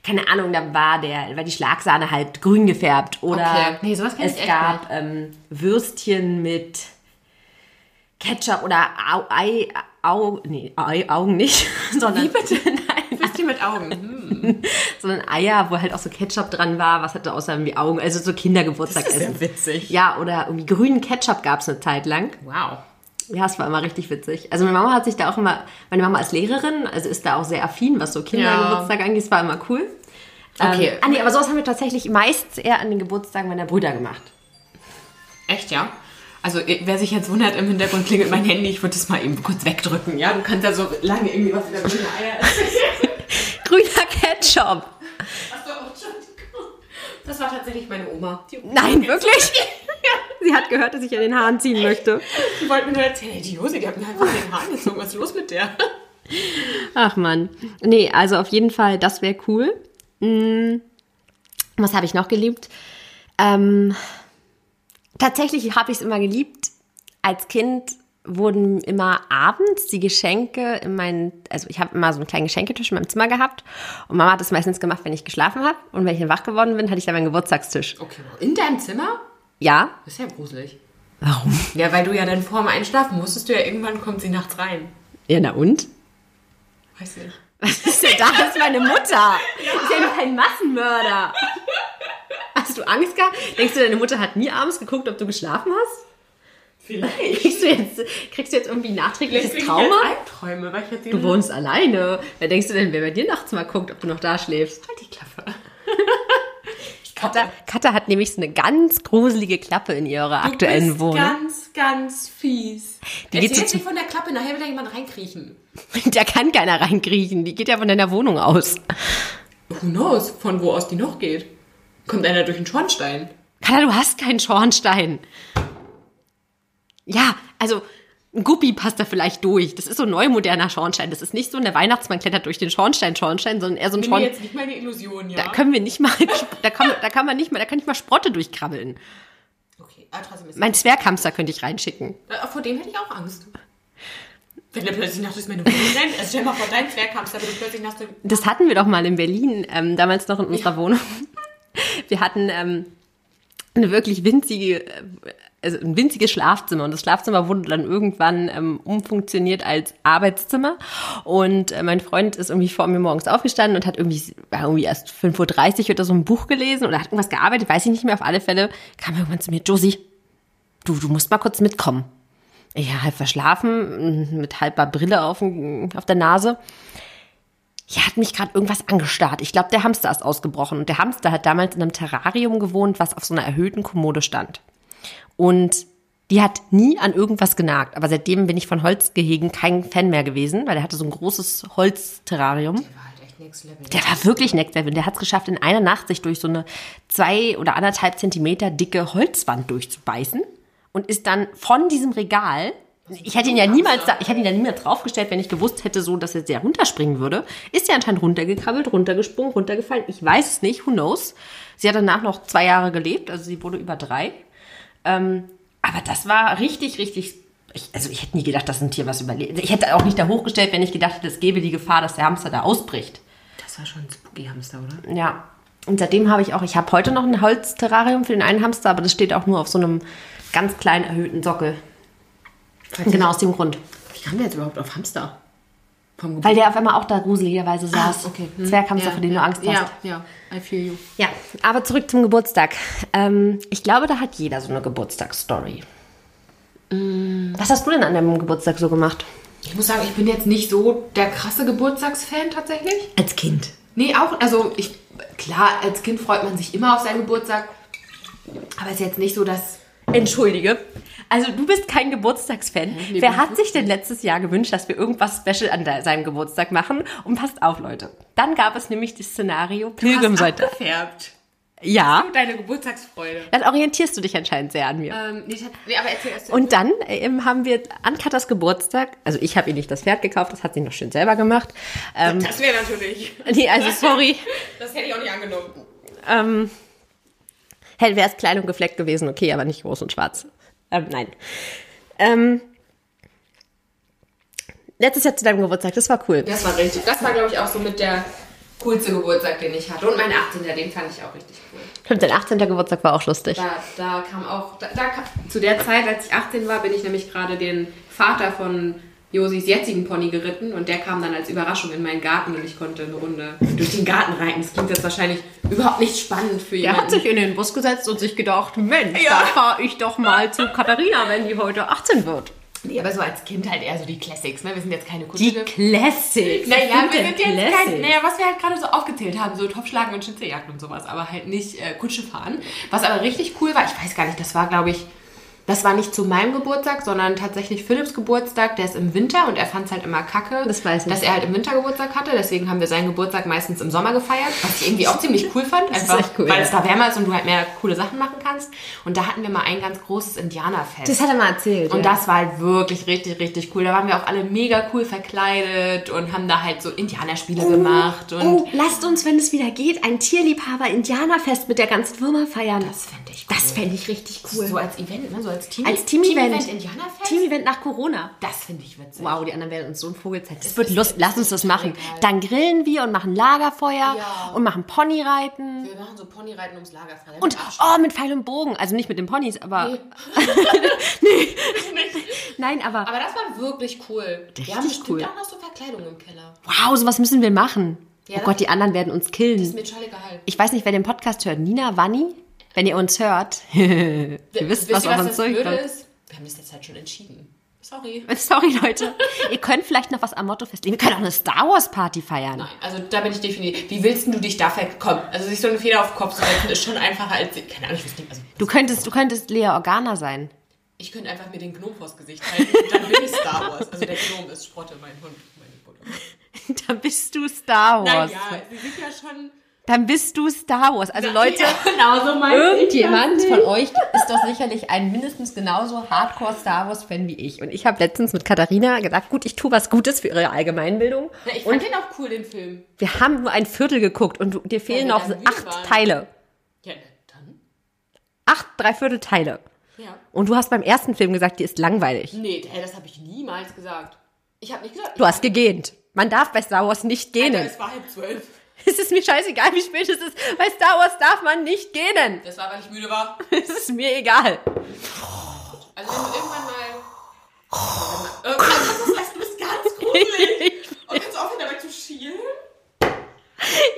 Speaker 1: keine Ahnung, dann war der, war die Schlagsahne halt grün gefärbt oder
Speaker 2: Okay. Nee, sowas kenn ich
Speaker 1: es
Speaker 2: echt
Speaker 1: gab ähm, Würstchen mit Ketchup oder Au, Ei, Au, nee, Ei, Augen nicht, sondern, Nein,
Speaker 2: Was die mit Augen? Hm.
Speaker 1: sondern Eier, wo halt auch so Ketchup dran war, was hatte außer irgendwie Augen, also so Kindergeburtstag essen.
Speaker 2: witzig.
Speaker 1: Ja, oder irgendwie grünen Ketchup gab es eine Zeit lang.
Speaker 2: Wow.
Speaker 1: Ja, es war immer richtig witzig. Also meine Mama hat sich da auch immer, meine Mama ist Lehrerin, also ist da auch sehr affin, was so Kindergeburtstag angeht, es war immer cool.
Speaker 2: Okay.
Speaker 1: Ähm, ah nee, aber sowas haben wir tatsächlich meistens eher an den Geburtstagen meiner Brüder gemacht.
Speaker 2: Echt, ja? Also, eh, wer sich jetzt wundert, im Hintergrund klingelt mein Handy, ich würde es mal eben kurz wegdrücken, ja? Du kannst ja so lange irgendwie was über grüne Eier
Speaker 1: Grüner Ketchup.
Speaker 2: Hast du auch schon geguckt? Das war tatsächlich meine Oma. Die
Speaker 1: Nein, wirklich? Sie hat gehört, dass ich an den Haaren ziehen möchte.
Speaker 2: Die wollten mir nur erzählen, ey, die Jose, die hat mir einfach den Haaren gezogen. Was ist los mit der?
Speaker 1: Ach man. Nee, also auf jeden Fall, das wäre cool. Hm, was habe ich noch geliebt? Ähm, tatsächlich habe ich es immer geliebt. Als Kind wurden immer abends die Geschenke in meinen, also ich habe immer so einen kleinen Geschenketisch in meinem Zimmer gehabt und Mama hat das meistens gemacht, wenn ich geschlafen habe und wenn ich dann wach geworden bin, hatte ich dann meinen Geburtstagstisch.
Speaker 2: Okay, in deinem Zimmer?
Speaker 1: Ja.
Speaker 2: Das ist ja gruselig.
Speaker 1: Warum?
Speaker 2: Ja, weil du ja dann vor dem Einschlafen musstest, du ja irgendwann kommt sie nachts rein.
Speaker 1: Ja, na und?
Speaker 2: Weiß nicht.
Speaker 1: Was ist denn da? Das ist meine Mutter. Ja. Ist ja nur ein Massenmörder. Hast du Angst gehabt? Denkst du, deine Mutter hat nie abends geguckt, ob du geschlafen hast?
Speaker 2: Vielleicht.
Speaker 1: Kriegst du jetzt, kriegst du jetzt irgendwie ein nachträgliches
Speaker 2: krieg ich
Speaker 1: Trauma?
Speaker 2: jetzt Albträume, weil ich jetzt
Speaker 1: Du wohnst alleine. Wer denkst du denn, wer bei dir nachts mal guckt, ob du noch da schläfst?
Speaker 2: Halt die Klappe.
Speaker 1: Katha, Katha hat nämlich so eine ganz gruselige Klappe in ihrer
Speaker 2: du
Speaker 1: aktuellen
Speaker 2: bist
Speaker 1: Wohnung.
Speaker 2: ganz, ganz fies.
Speaker 1: Die geht
Speaker 2: ne? Die geht
Speaker 1: so
Speaker 2: jetzt
Speaker 1: zum-
Speaker 2: nicht von der Klappe, nachher will da jemand reinkriechen.
Speaker 1: Da kann keiner reinkriechen. Die geht ja von deiner Wohnung aus.
Speaker 2: Who knows, von wo aus die noch geht. Kommt einer durch den Schornstein.
Speaker 1: Katha, du hast keinen Schornstein. Ja, also ein Guppi passt da vielleicht durch. Das ist so ein neumoderner Schornstein. Das ist nicht so, der Weihnachtsmann klettert durch den Schornstein, Schornstein, sondern eher so ein
Speaker 2: Bin mir
Speaker 1: Schornstein.
Speaker 2: jetzt nicht meine Illusion, ja.
Speaker 1: Da können wir nicht mal, da kann, da kann man nicht mal, da kann ich mal Sprotte durchkrabbeln.
Speaker 2: okay, aber trotzdem ist
Speaker 1: Mein Zwerghamster könnte ich reinschicken.
Speaker 2: Äh, Vor dem hätte ich auch Angst. Wenn der plötzlich nachts durch meine Wohnung rennt. Also stell dir mal vor, dein Zwerghamster würde plötzlich nachts durch...
Speaker 1: Das hatten wir doch mal in Berlin, ähm, damals noch in unserer Wohnung. Wir hatten ähm, eine wirklich winzige, äh, also ein winziges Schlafzimmer und das Schlafzimmer wurde dann irgendwann ähm, umfunktioniert als Arbeitszimmer. Und äh, mein Freund ist irgendwie vor mir morgens aufgestanden und hat irgendwie, war irgendwie erst 5.30 Uhr oder so ein Buch gelesen oder hat irgendwas gearbeitet, weiß ich nicht mehr. Auf alle Fälle kam irgendwann zu mir, Josie, du, du musst mal kurz mitkommen. Ich ja, halb verschlafen, mit halber Brille auf, dem- auf der Nase. Hier hat mich gerade irgendwas angestarrt. Ich glaube, der Hamster ist ausgebrochen. Und der Hamster hat damals in einem Terrarium gewohnt, was auf so einer erhöhten Kommode stand. Und die hat nie an irgendwas genagt. Aber seitdem bin ich von Holzgehegen kein Fan mehr gewesen, weil der hatte so ein großes Holzterrarium.
Speaker 2: Der war halt echt next level.
Speaker 1: Der war wirklich next level. Der hat es geschafft, in einer Nacht sich durch so eine zwei oder anderthalb Zentimeter dicke Holzwand durchzubeißen und ist dann von diesem Regal. Ich hätte ihn ja niemals, da, ich hätte ihn ja niemals draufgestellt, wenn ich gewusst hätte, so, dass er sehr runterspringen würde. Ist ja anscheinend runtergekrabbelt, runtergesprungen, runtergefallen. Ich weiß es nicht. Who knows? Sie hat danach noch zwei Jahre gelebt, also sie wurde über drei. Ähm, aber das war richtig, richtig. Ich, also ich hätte nie gedacht, dass ein Tier was überlebt. Ich hätte auch nicht da hochgestellt, wenn ich gedacht hätte, es gäbe die Gefahr, dass der Hamster da ausbricht.
Speaker 2: Das war schon ein spooky Hamster, oder?
Speaker 1: Ja. Und seitdem habe ich auch, ich habe heute noch ein Holzterrarium für den einen Hamster, aber das steht auch nur auf so einem ganz kleinen erhöhten Sockel.
Speaker 2: Mhm.
Speaker 1: Genau aus dem Grund.
Speaker 2: Wie kam der jetzt überhaupt auf Hamster? Vom
Speaker 1: Weil der auf einmal auch da gruseligerweise saß.
Speaker 2: Ah, okay. Mhm. Hm.
Speaker 1: Zwerghamster, vor dem du
Speaker 2: ja,
Speaker 1: Angst hast.
Speaker 2: Ja, ja. I feel you.
Speaker 1: ja, aber zurück zum Geburtstag. Ähm, ich glaube, da hat jeder so eine Geburtstagsstory.
Speaker 2: Mhm.
Speaker 1: Was hast du denn an deinem Geburtstag so gemacht?
Speaker 2: Ich muss sagen, ich bin jetzt nicht so der krasse Geburtstagsfan tatsächlich.
Speaker 1: Als Kind.
Speaker 2: Nee, auch, also ich, klar, als Kind freut man sich immer auf seinen Geburtstag. Aber es ist jetzt nicht so, dass
Speaker 1: Entschuldige. Also du bist kein Geburtstagsfan.
Speaker 2: nee,
Speaker 1: Wer
Speaker 2: bin
Speaker 1: hat sich denn letztes Jahr gewünscht, dass wir irgendwas Special an de- seinem Geburtstag machen? Und passt auf, Leute. Dann gab es nämlich das Szenario Pilgrim
Speaker 2: hast
Speaker 1: seid.
Speaker 2: abgefärbt.
Speaker 1: Ja.
Speaker 2: Deine Geburtstagsfreude.
Speaker 1: Dann orientierst du dich anscheinend sehr an mir.
Speaker 2: Ähm, nee, tat- nee, aber erzähl erst.
Speaker 1: Und dann ähm, haben wir an Katas Geburtstag, also ich habe ihr nicht das Pferd gekauft, das hat sie noch schön selber gemacht. Ähm,
Speaker 2: das wäre natürlich.
Speaker 1: nee, also sorry.
Speaker 2: Das hätte ich auch nicht angenommen.
Speaker 1: Ähm, hell wäre es klein und gefleckt gewesen, okay, aber nicht groß und schwarz. Ähm, nein. Ähm, letztes Jahr zu deinem Geburtstag, das war cool.
Speaker 2: Das war richtig. Das war, glaube ich, auch so mit der coolste Geburtstag, den ich hatte. Und mein 18er, den fand ich auch richtig cool.
Speaker 1: Stimmt, dein 18. Geburtstag war auch lustig.
Speaker 2: Da, da kam auch, da, da kam, zu der Zeit, als ich 18 war, bin ich nämlich gerade den Vater von Josis jetzigen Pony geritten und der kam dann als Überraschung in meinen Garten und ich konnte eine Runde durch den Garten reiten. Das klingt jetzt wahrscheinlich überhaupt nicht spannend für
Speaker 1: Er
Speaker 2: jemanden.
Speaker 1: hat sich in den Bus gesetzt und sich gedacht, Mensch, da fahre ich doch mal zu Katharina, wenn die heute 18 wird.
Speaker 2: Nee, aber so als Kind halt eher so die Classics, ne? Wir sind jetzt keine
Speaker 1: Die
Speaker 2: Kutsche.
Speaker 1: Classics.
Speaker 2: Naja,
Speaker 1: Was sind
Speaker 2: wir
Speaker 1: denn
Speaker 2: sind jetzt
Speaker 1: Classics?
Speaker 2: kein, naja, was wir halt gerade so aufgezählt haben, so Topfschlagen und Schnitzeljagd und sowas, aber halt nicht äh, Kutsche fahren. Was aber richtig cool war, ich weiß gar nicht, das war glaube ich Das war nicht zu meinem Geburtstag, sondern tatsächlich Philipps Geburtstag. Der ist im Winter und er fand es halt immer kacke,
Speaker 1: Das weiß ich.
Speaker 2: dass er halt im Winter Geburtstag hatte. Deswegen haben wir seinen Geburtstag meistens im Sommer gefeiert, was ich irgendwie auch ziemlich cool fand.
Speaker 1: ist
Speaker 2: Einfach,
Speaker 1: echt cool,
Speaker 2: weil
Speaker 1: ja.
Speaker 2: es da wärmer ist und du halt mehr coole Sachen machen kannst. Und da hatten wir mal ein ganz großes Indianerfest.
Speaker 1: Das hat er mal erzählt.
Speaker 2: Und
Speaker 1: ja.
Speaker 2: das war halt wirklich richtig, richtig cool. Da waren wir auch alle mega cool verkleidet und haben da halt so Indianerspiele gemacht. Und
Speaker 1: Oh, lasst uns, wenn es wieder geht, ein Tierliebhaber-Indianerfest mit der ganzen Firma feiern.
Speaker 2: das fände ich cool.
Speaker 1: Das fände ich richtig cool.
Speaker 2: So als Event, ne? So als Team.
Speaker 1: Als Team-Event.
Speaker 2: Indianerfest.
Speaker 1: Team-Event nach Corona.
Speaker 2: Das finde ich witzig.
Speaker 1: Wow, die anderen werden uns so ein Vogel zeigen. Das wird Lust. Lass uns das machen. Dann grillen wir und machen Lagerfeuer
Speaker 2: Ja.
Speaker 1: und machen Ponyreiten.
Speaker 2: Wir machen so Ponyreiten ums Lagerfeuer.
Speaker 1: Und oh, mit Pfeil und Bogen. Also nicht mit den Ponys, aber. Nee. Nein, aber.
Speaker 2: Aber das war wirklich cool.
Speaker 1: Richtig
Speaker 2: wir haben bestimmt
Speaker 1: cool.
Speaker 2: auch noch so Verkleidung im Keller.
Speaker 1: Wow, sowas müssen wir machen.
Speaker 2: Ja,
Speaker 1: oh
Speaker 2: das-
Speaker 1: Gott, die anderen werden uns
Speaker 2: Ist
Speaker 1: killen.
Speaker 2: mir total egal.
Speaker 1: Ich weiß nicht, wer den Podcast hört. Nina, Wanni? Wenn ihr uns hört, ihr wisst, was
Speaker 2: ihr,
Speaker 1: auf uns
Speaker 2: das Blöde
Speaker 1: zurückkommt.
Speaker 2: ist? Wir haben das jetzt halt schon entschieden. Sorry.
Speaker 1: Sorry, Leute. ihr könnt vielleicht noch was am Motto festlegen. Wir können auch eine Star Wars Party feiern.
Speaker 2: Nein, also da bin ich definitiv. Wie willst denn du dich da verkommen? Also sich so eine Feder auf den Kopf zu setzen, ist schon einfacher als. Keine Ahnung, ich weiß nicht. Also,
Speaker 1: Du könntest, du könntest Lea Organa sein.
Speaker 2: ich könnte einfach mir den Gnom vors Gesicht halten und dann bin ich Star Wars. Also der Gnom ist Sprotte, mein Hund, meine Mutter.
Speaker 1: Dann bist du Star Wars.
Speaker 2: Naja, sie sind ja schon.
Speaker 1: Dann bist du Star Wars. Also Leute,
Speaker 2: Ja, genau so mein
Speaker 1: irgendjemand von euch ist doch sicherlich ein mindestens genauso Hardcore Star Wars Fan wie ich. Und ich habe letztens mit Katharina gesagt, gut, ich tue was Gutes für ihre Allgemeinbildung.
Speaker 2: Na, ich
Speaker 1: Und
Speaker 2: fand den auch cool, den Film.
Speaker 1: wir haben nur ein Viertel geguckt und du, dir fehlen
Speaker 2: Ja,
Speaker 1: noch
Speaker 2: wie lang wir
Speaker 1: acht
Speaker 2: waren.
Speaker 1: Teile.
Speaker 2: Ja, na dann.
Speaker 1: Acht, dreiviertel Teile.
Speaker 2: Ja.
Speaker 1: Und du hast beim ersten Film gesagt, die ist langweilig.
Speaker 2: Nee, hä, das habe ich niemals gesagt. Ich habe nicht gesagt.
Speaker 1: Du hast gegähnt. Man darf bei Star Wars nicht
Speaker 2: Alter,
Speaker 1: gähnen.
Speaker 2: es war halb zwölf.
Speaker 1: Also Es ist mir scheißegal, wie spät es ist. Bei Star Wars darf man nicht gähnen.
Speaker 2: Das war, weil ich müde war.
Speaker 1: Es ist mir egal.
Speaker 2: Also wenn du irgendwann mal. Irgendwann kannst du das lassen, du bist ganz gruselig. Und kannst aufhören dabei zu schielen?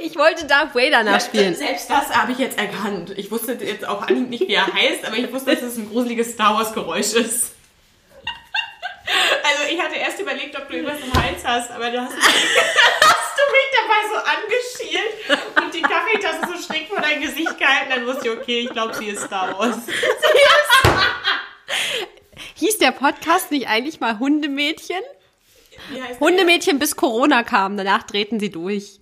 Speaker 1: Ich wollte Darth Vader nachspielen.
Speaker 2: Selbst das habe ich jetzt erkannt. Ich wusste jetzt auch an- nicht, wie er heißt, aber ich wusste, dass es ein gruseliges Star Wars-Geräusch ist. Also ich hatte erst überlegt, ob du irgendwas im Hals hast, aber du hast, hast du mich dabei so angeschielt und die Kaffeetasse so schräg vor dein Gesicht gehalten. Dann wusste ich, okay, ich glaube, sie ist Star Wars.
Speaker 1: Hieß der Podcast nicht eigentlich mal Hundemädchen?
Speaker 2: Wie heißt der?
Speaker 1: Hundemädchen bis Corona kam, danach drehten sie durch.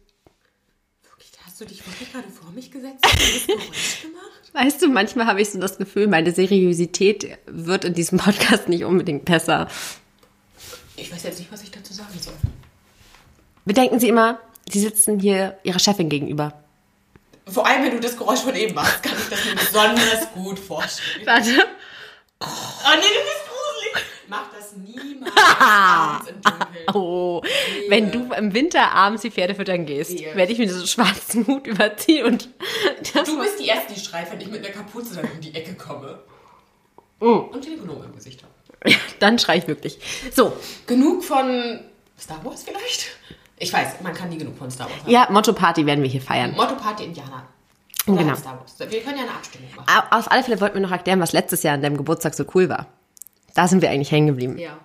Speaker 2: Hast du dich wirklich gerade vor mich gesetzt und dieses Geräusch gemacht?
Speaker 1: Weißt du, manchmal habe ich so das Gefühl, meine Seriosität wird in diesem Podcast nicht unbedingt besser.
Speaker 2: Ich weiß jetzt nicht, was ich dazu sagen soll.
Speaker 1: Bedenken Sie immer, Sie sitzen hier Ihrer Chefin gegenüber.
Speaker 2: Vor allem, wenn du das Geräusch von eben machst, kann ich das mir besonders gut vorstellen.
Speaker 1: Warte.
Speaker 2: Oh nee, du bist gruselig. Mach das niemals abends im Dunkeln.
Speaker 1: Oh, wenn du im Winter abends die Pferde füttern gehst,
Speaker 2: Wehe.
Speaker 1: werde ich mir so einen schwarzen Hut überziehen und das
Speaker 2: Du bist die Erste, die schreit, wenn ich mit einer Kapuze dann um die Ecke komme. Und den Gnom im Gesicht habe.
Speaker 1: Ja, dann schreie ich wirklich. So,
Speaker 2: Genug von Star Wars vielleicht? Ich weiß, man kann nie genug von Star Wars haben.
Speaker 1: ja, Motto Party werden wir hier feiern.
Speaker 2: Motto Party Indianer.
Speaker 1: Genau.
Speaker 2: Oder Star Wars. Wir können ja eine Abstimmung machen.
Speaker 1: Au- Auf alle Fälle wollten wir noch erklären, was letztes Jahr an deinem Geburtstag so cool war. Da sind wir eigentlich hängen geblieben.
Speaker 2: Ja.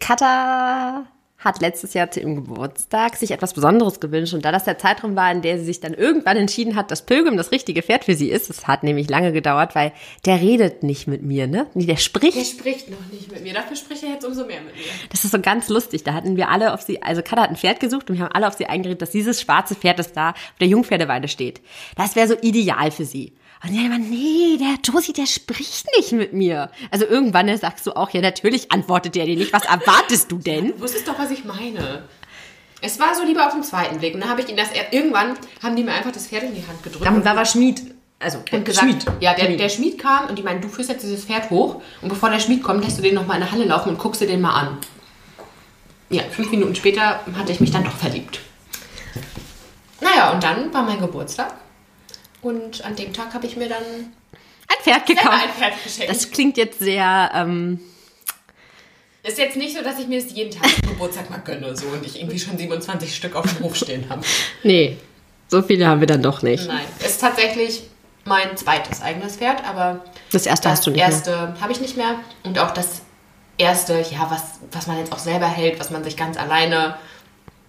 Speaker 1: Katha hat letztes Jahr zu ihrem Geburtstag sich etwas Besonderes gewünscht und da das der Zeitraum war, in der sie sich dann irgendwann entschieden hat, dass Pilgrim das richtige Pferd für sie ist, es hat nämlich lange gedauert, weil der redet nicht mit mir, ne? Nee, der spricht
Speaker 2: Der spricht noch nicht mit mir. Dafür spricht er jetzt umso mehr mit mir.
Speaker 1: Das ist so ganz lustig. Da hatten wir alle auf sie, also Katha hat ein Pferd gesucht und wir haben alle auf sie eingeredet, dass dieses schwarze Pferd, das da auf der Jungpferdeweide steht, das wäre so ideal für sie. Und sie hat immer, nee, der Josie, der spricht nicht mit mir. Also irgendwann ne, sagst du auch, ja, natürlich antwortet der dir nicht. Was erwartest du denn?
Speaker 2: Du wusstest doch, was ich meine. Es war so lieber auf den zweiten Blick. Und dann habe ich ihn das irgendwann haben die mir einfach das Pferd in die Hand gedrückt.
Speaker 1: Dann war aber Schmied. Also,
Speaker 2: und gesagt, ja, der, der Schmied kam und die meinen, du führst jetzt dieses Pferd hoch und bevor der Schmied kommt, lässt du den nochmal in der Halle laufen und guckst dir den mal an. Ja, fünf Minuten später hatte ich mich dann doch verliebt. Naja, und dann war mein Geburtstag und an dem Tag habe ich mir dann
Speaker 1: ein Pferd
Speaker 2: selber ein
Speaker 1: gekauft.
Speaker 2: Pferd geschenkt.
Speaker 1: Das klingt jetzt sehr, ähm,
Speaker 2: ist jetzt nicht so, dass ich mir das jeden Tag zum Geburtstag mal gönne so und ich irgendwie schon 27 Stück auf dem Hof stehen habe.
Speaker 1: nee, so viele haben wir dann doch nicht.
Speaker 2: Nein, ist tatsächlich mein zweites eigenes Pferd, aber
Speaker 1: Das erste hast du nicht mehr.
Speaker 2: erste habe ich nicht mehr und auch das erste, ja, was, was man jetzt auch selber hält, was man sich ganz alleine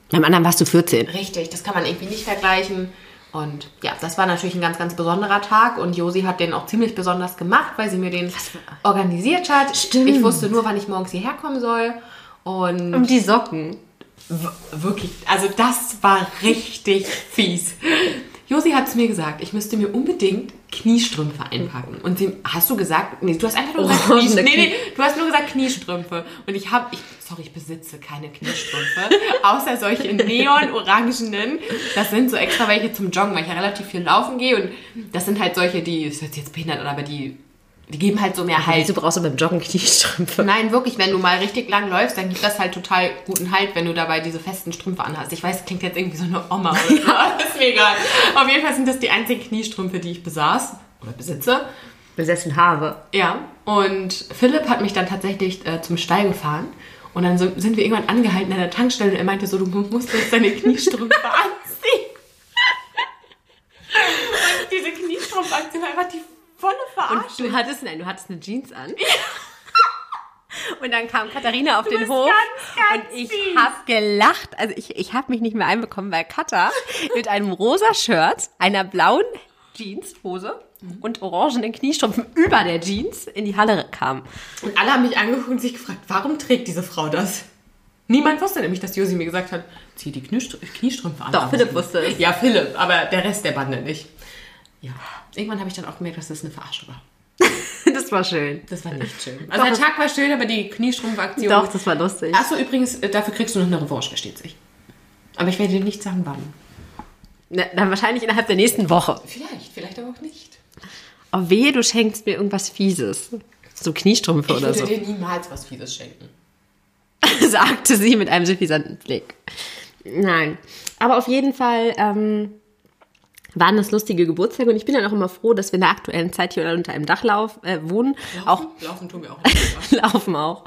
Speaker 1: Beim anderen warst du 14.
Speaker 2: richtig, das kann man irgendwie nicht vergleichen Und ja, das war natürlich ein ganz, ganz besonderer Tag und Josi hat den auch ziemlich besonders gemacht, weil sie mir den organisiert hat.
Speaker 1: Stimmt.
Speaker 2: Ich wusste nur, wann ich morgens hierher kommen soll. Und
Speaker 1: die Socken.
Speaker 2: W- wirklich, also das war richtig fies. Josi hat es mir gesagt, ich müsste mir unbedingt Kniestrümpfe einpacken. Und sie, hast du gesagt, nee, du hast einfach nur gesagt,
Speaker 1: Oh,
Speaker 2: Knie,
Speaker 1: eine
Speaker 2: nee,
Speaker 1: Knie-
Speaker 2: nee, du hast nur gesagt Kniestrümpfe. Und ich habe, ich, sorry, ich besitze keine Kniestrümpfe, außer solche in neon-orangenen. Das sind so extra welche zum Joggen, weil ich ja relativ viel laufen gehe. Und das sind halt solche, die, das hört sich jetzt behindert an, aber die, die geben halt so mehr Halt.
Speaker 1: Du Also brauchst aber beim Joggen Kniestrümpfe.
Speaker 2: Nein, wirklich, wenn du mal richtig lang läufst, dann gibt das halt total guten Halt, wenn du dabei diese festen Strümpfe anhast. Ich weiß, klingt jetzt irgendwie so eine Oma oder so. ist mir egal. Auf jeden Fall sind das die einzigen Kniestrümpfe, die ich besaß oder besitze.
Speaker 1: Besessen habe.
Speaker 2: Ja, und Philipp hat mich dann tatsächlich äh, zum Stall gefahren. Und dann so, sind wir irgendwann angehalten an der Tankstelle und er meinte so, du musst jetzt deine Kniestrümpfe anziehen. und diese Kniestrümpfaktion war einfach die volle Verarschung.
Speaker 1: Du hattest, nein, du hattest eine Jeans an. Und dann kam Katharina auf den
Speaker 2: bist
Speaker 1: Hof
Speaker 2: ganz, ganz
Speaker 1: und ich
Speaker 2: süß.
Speaker 1: hab gelacht. Also ich, ich hab mich nicht mehr einbekommen, weil Katha mit einem rosa Shirt, einer blauen Jeanshose und orangenen Kniestrümpfen über der Jeans in die Halle kam.
Speaker 2: Und alle haben mich angeguckt und sich gefragt, warum trägt diese Frau das? Niemand wusste nämlich, dass Josi mir gesagt hat, zieh die Kniestrü Kniestrümpfe an.
Speaker 1: Doch,
Speaker 2: Aber
Speaker 1: Philipp
Speaker 2: sie-
Speaker 1: wusste es.
Speaker 2: Ja, Philipp, aber der Rest der Bande nicht. Ja. Irgendwann habe ich dann auch gemerkt, dass das eine Verarsche war.
Speaker 1: Das war schön.
Speaker 2: Das war nicht schön. Also der Tag war schön, aber die Kniestrümpfaktion.
Speaker 1: Doch, das war lustig.
Speaker 2: Achso, übrigens, äh, dafür kriegst du noch eine Revanche, versteht sich. Aber ich werde dir nicht sagen, wann.
Speaker 1: Na, dann wahrscheinlich innerhalb der nächsten Woche.
Speaker 2: Vielleicht, vielleicht aber auch nicht.
Speaker 1: Oh weh, du schenkst mir irgendwas Fieses. So Kniestrümpfe
Speaker 2: Ich
Speaker 1: oder
Speaker 2: würde
Speaker 1: so,
Speaker 2: dir niemals was Fieses schenken.
Speaker 1: sagte sie mit einem suffisanten Blick. Nein. Aber auf jeden Fall ähm, waren das lustige Geburtstage und ich bin dann auch immer froh, dass wir in der aktuellen Zeit hier unter einem Dach lauf, äh, wohnen. Auch
Speaker 2: Laufen tun wir auch nicht.
Speaker 1: laufen auch.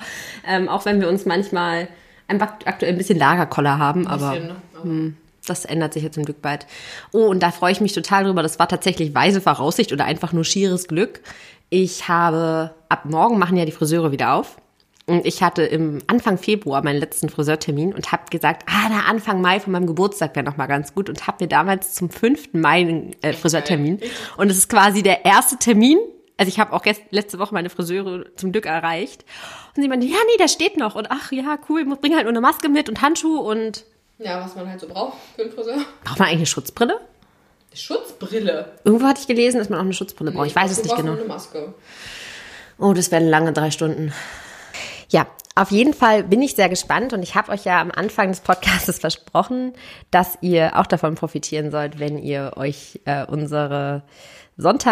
Speaker 1: Ähm, auch wenn wir uns manchmal einfach aktuell ein bisschen Lagerkoller haben, aber.
Speaker 2: bisschen, ne? Aber-
Speaker 1: Hm, Das ändert sich jetzt zum Glück bald. Oh, und da freue ich mich total drüber. Das war tatsächlich weise Voraussicht oder einfach nur schieres Glück. Ich habe, ab morgen machen ja die Friseure wieder auf. Und ich hatte im Anfang Februar meinen letzten Friseurtermin und habe gesagt, ah, na, Anfang Mai von meinem Geburtstag wäre nochmal ganz gut. Und habe mir damals zum 5. Mai einen äh, Friseurtermin. Und es ist quasi der erste Termin. Also ich habe auch gest letzte Woche meine Friseure zum Glück erreicht. Und sie meinte, ja, nee, der steht noch. Und ach, ja, cool, ich bring halt nur eine Maske mit und Handschuhe und
Speaker 2: Ja, was man halt so braucht für einen Friseur.
Speaker 1: Braucht man eigentlich eine Schutzbrille?
Speaker 2: Schutzbrille.
Speaker 1: Irgendwo hatte ich gelesen, dass man auch eine Schutzbrille braucht. Ich weiß es
Speaker 2: Du
Speaker 1: nicht
Speaker 2: brauchst
Speaker 1: genau.
Speaker 2: nur Eine Maske.
Speaker 1: Oh, das werden lange drei Stunden. Ja, auf jeden Fall bin ich sehr gespannt und ich habe euch ja am Anfang des Podcasts versprochen, dass ihr auch davon profitieren sollt, wenn ihr euch äh, unsere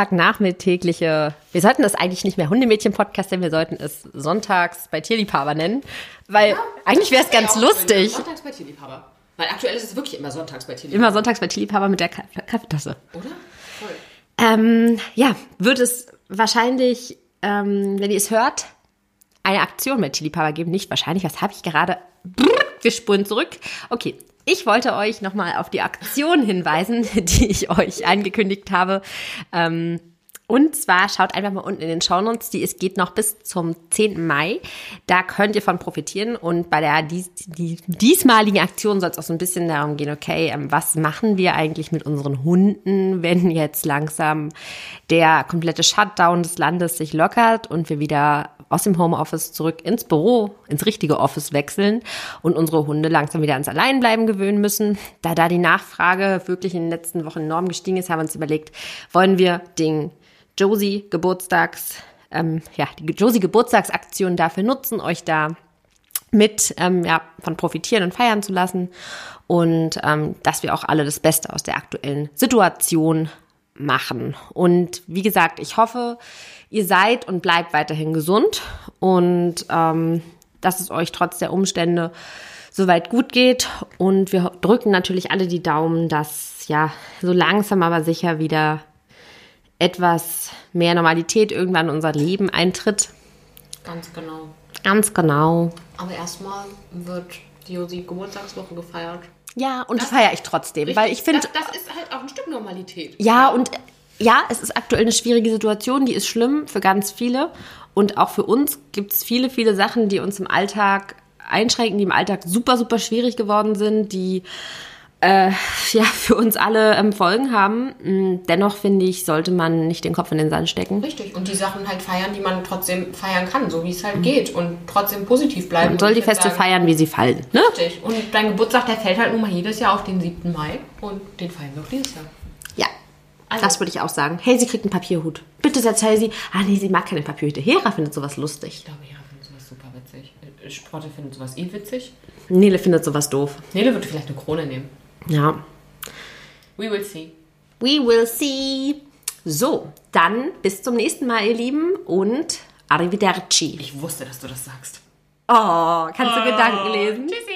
Speaker 1: Sonntagnachmittägliche, wir sollten das eigentlich nicht mehr Hundemädchen-Podcast nennen, wir sollten es sonntags bei Tierliebhaber nennen, weil eigentlich wäre es ganz
Speaker 2: Ja, auch
Speaker 1: lustig.
Speaker 2: Sonntags bei Tierliebhaber. Weil aktuell ist es wirklich immer sonntags bei Tierliebhaber,
Speaker 1: Immer sonntags bei Tierliebhaber mit der Ka- Kaffeetasse.
Speaker 2: oder? Voll.
Speaker 1: Ähm, ja, wird es wahrscheinlich, ähm, wenn ihr es hört, eine Aktion mit Chili Papa geben. Nicht wahrscheinlich, was habe ich gerade? Brrr, wir spulen zurück. Okay, ich wollte euch nochmal auf die Aktion hinweisen, die ich euch angekündigt habe. Ähm, und zwar schaut einfach mal unten in den Shownotes, die es geht noch bis zum 10. Mai. Da könnt ihr von profitieren. Und bei der dies, die, diesmaligen Aktion soll es auch so ein bisschen darum gehen, okay, ähm, was machen wir eigentlich mit unseren Hunden, wenn jetzt langsam der komplette Shutdown des Landes sich lockert und wir wieder aus dem Homeoffice zurück ins Büro, ins richtige Office wechseln und unsere Hunde langsam wieder ans Alleinbleiben gewöhnen müssen. Da da die Nachfrage wirklich in den letzten Wochen enorm gestiegen ist, haben wir uns überlegt, wollen wir den Josie Geburtstags, ähm, ja, die Josie Geburtstagsaktion dafür nutzen, euch da mit ähm, ja, von profitieren und feiern zu lassen und ähm, dass wir auch alle das Beste aus der aktuellen Situation machen. Und wie gesagt, ich hoffe, ihr seid und bleibt weiterhin gesund und ähm, dass es euch trotz der Umstände soweit gut geht. Und wir ho- drücken natürlich alle die Daumen, dass ja so langsam aber sicher wieder etwas mehr Normalität irgendwann in unser Leben eintritt.
Speaker 2: Ganz genau.
Speaker 1: Ganz genau.
Speaker 2: Aber erstmal wird die Josi Geburtstagswoche gefeiert.
Speaker 1: Ja, und feiere ich trotzdem, weil ich finde,
Speaker 2: Das, das ist halt auch ein Stück Normalität.
Speaker 1: ja, und äh, ja, es ist aktuell eine schwierige Situation, die ist schlimm für ganz viele. Und auch für uns gibt es viele, viele Sachen, die uns im Alltag einschränken, die im Alltag super, super schwierig geworden sind, die äh, ja, für uns alle ähm, Folgen haben. Mm, Dennoch finde ich, sollte man nicht den Kopf in den Sand stecken.
Speaker 2: Richtig. Und die Sachen halt feiern, die man trotzdem feiern kann, so wie es halt geht. Und trotzdem positiv bleiben.
Speaker 1: Man soll die
Speaker 2: würde ich jetzt
Speaker 1: Feste
Speaker 2: sagen.
Speaker 1: feiern, wie sie fallen. Ne?
Speaker 2: Richtig. Und dein Geburtstag, der fällt halt nun mal jedes Jahr auf den 7. Mai. Und den feiern wir auch dieses Jahr.
Speaker 1: Ja.
Speaker 2: Also-
Speaker 1: das würde ich auch sagen. Hazy kriegt einen Papierhut. Bitte setz Hazy. Ah, nee, sie mag keine Papierhüte. Hera findet sowas lustig.
Speaker 2: Ich glaube, Hera findet sowas super witzig. Äh, Sprotte findet sowas eh witzig.
Speaker 1: Nele findet sowas doof.
Speaker 2: Nele würde vielleicht eine Krone nehmen.
Speaker 1: Ja.
Speaker 2: We will see.
Speaker 1: We will see. So, dann bis zum nächsten Mal, ihr Lieben. Und arrivederci.
Speaker 2: Ich wusste, dass du das sagst.
Speaker 1: Oh, kannst du Gedanken lesen?
Speaker 2: Tschüssi.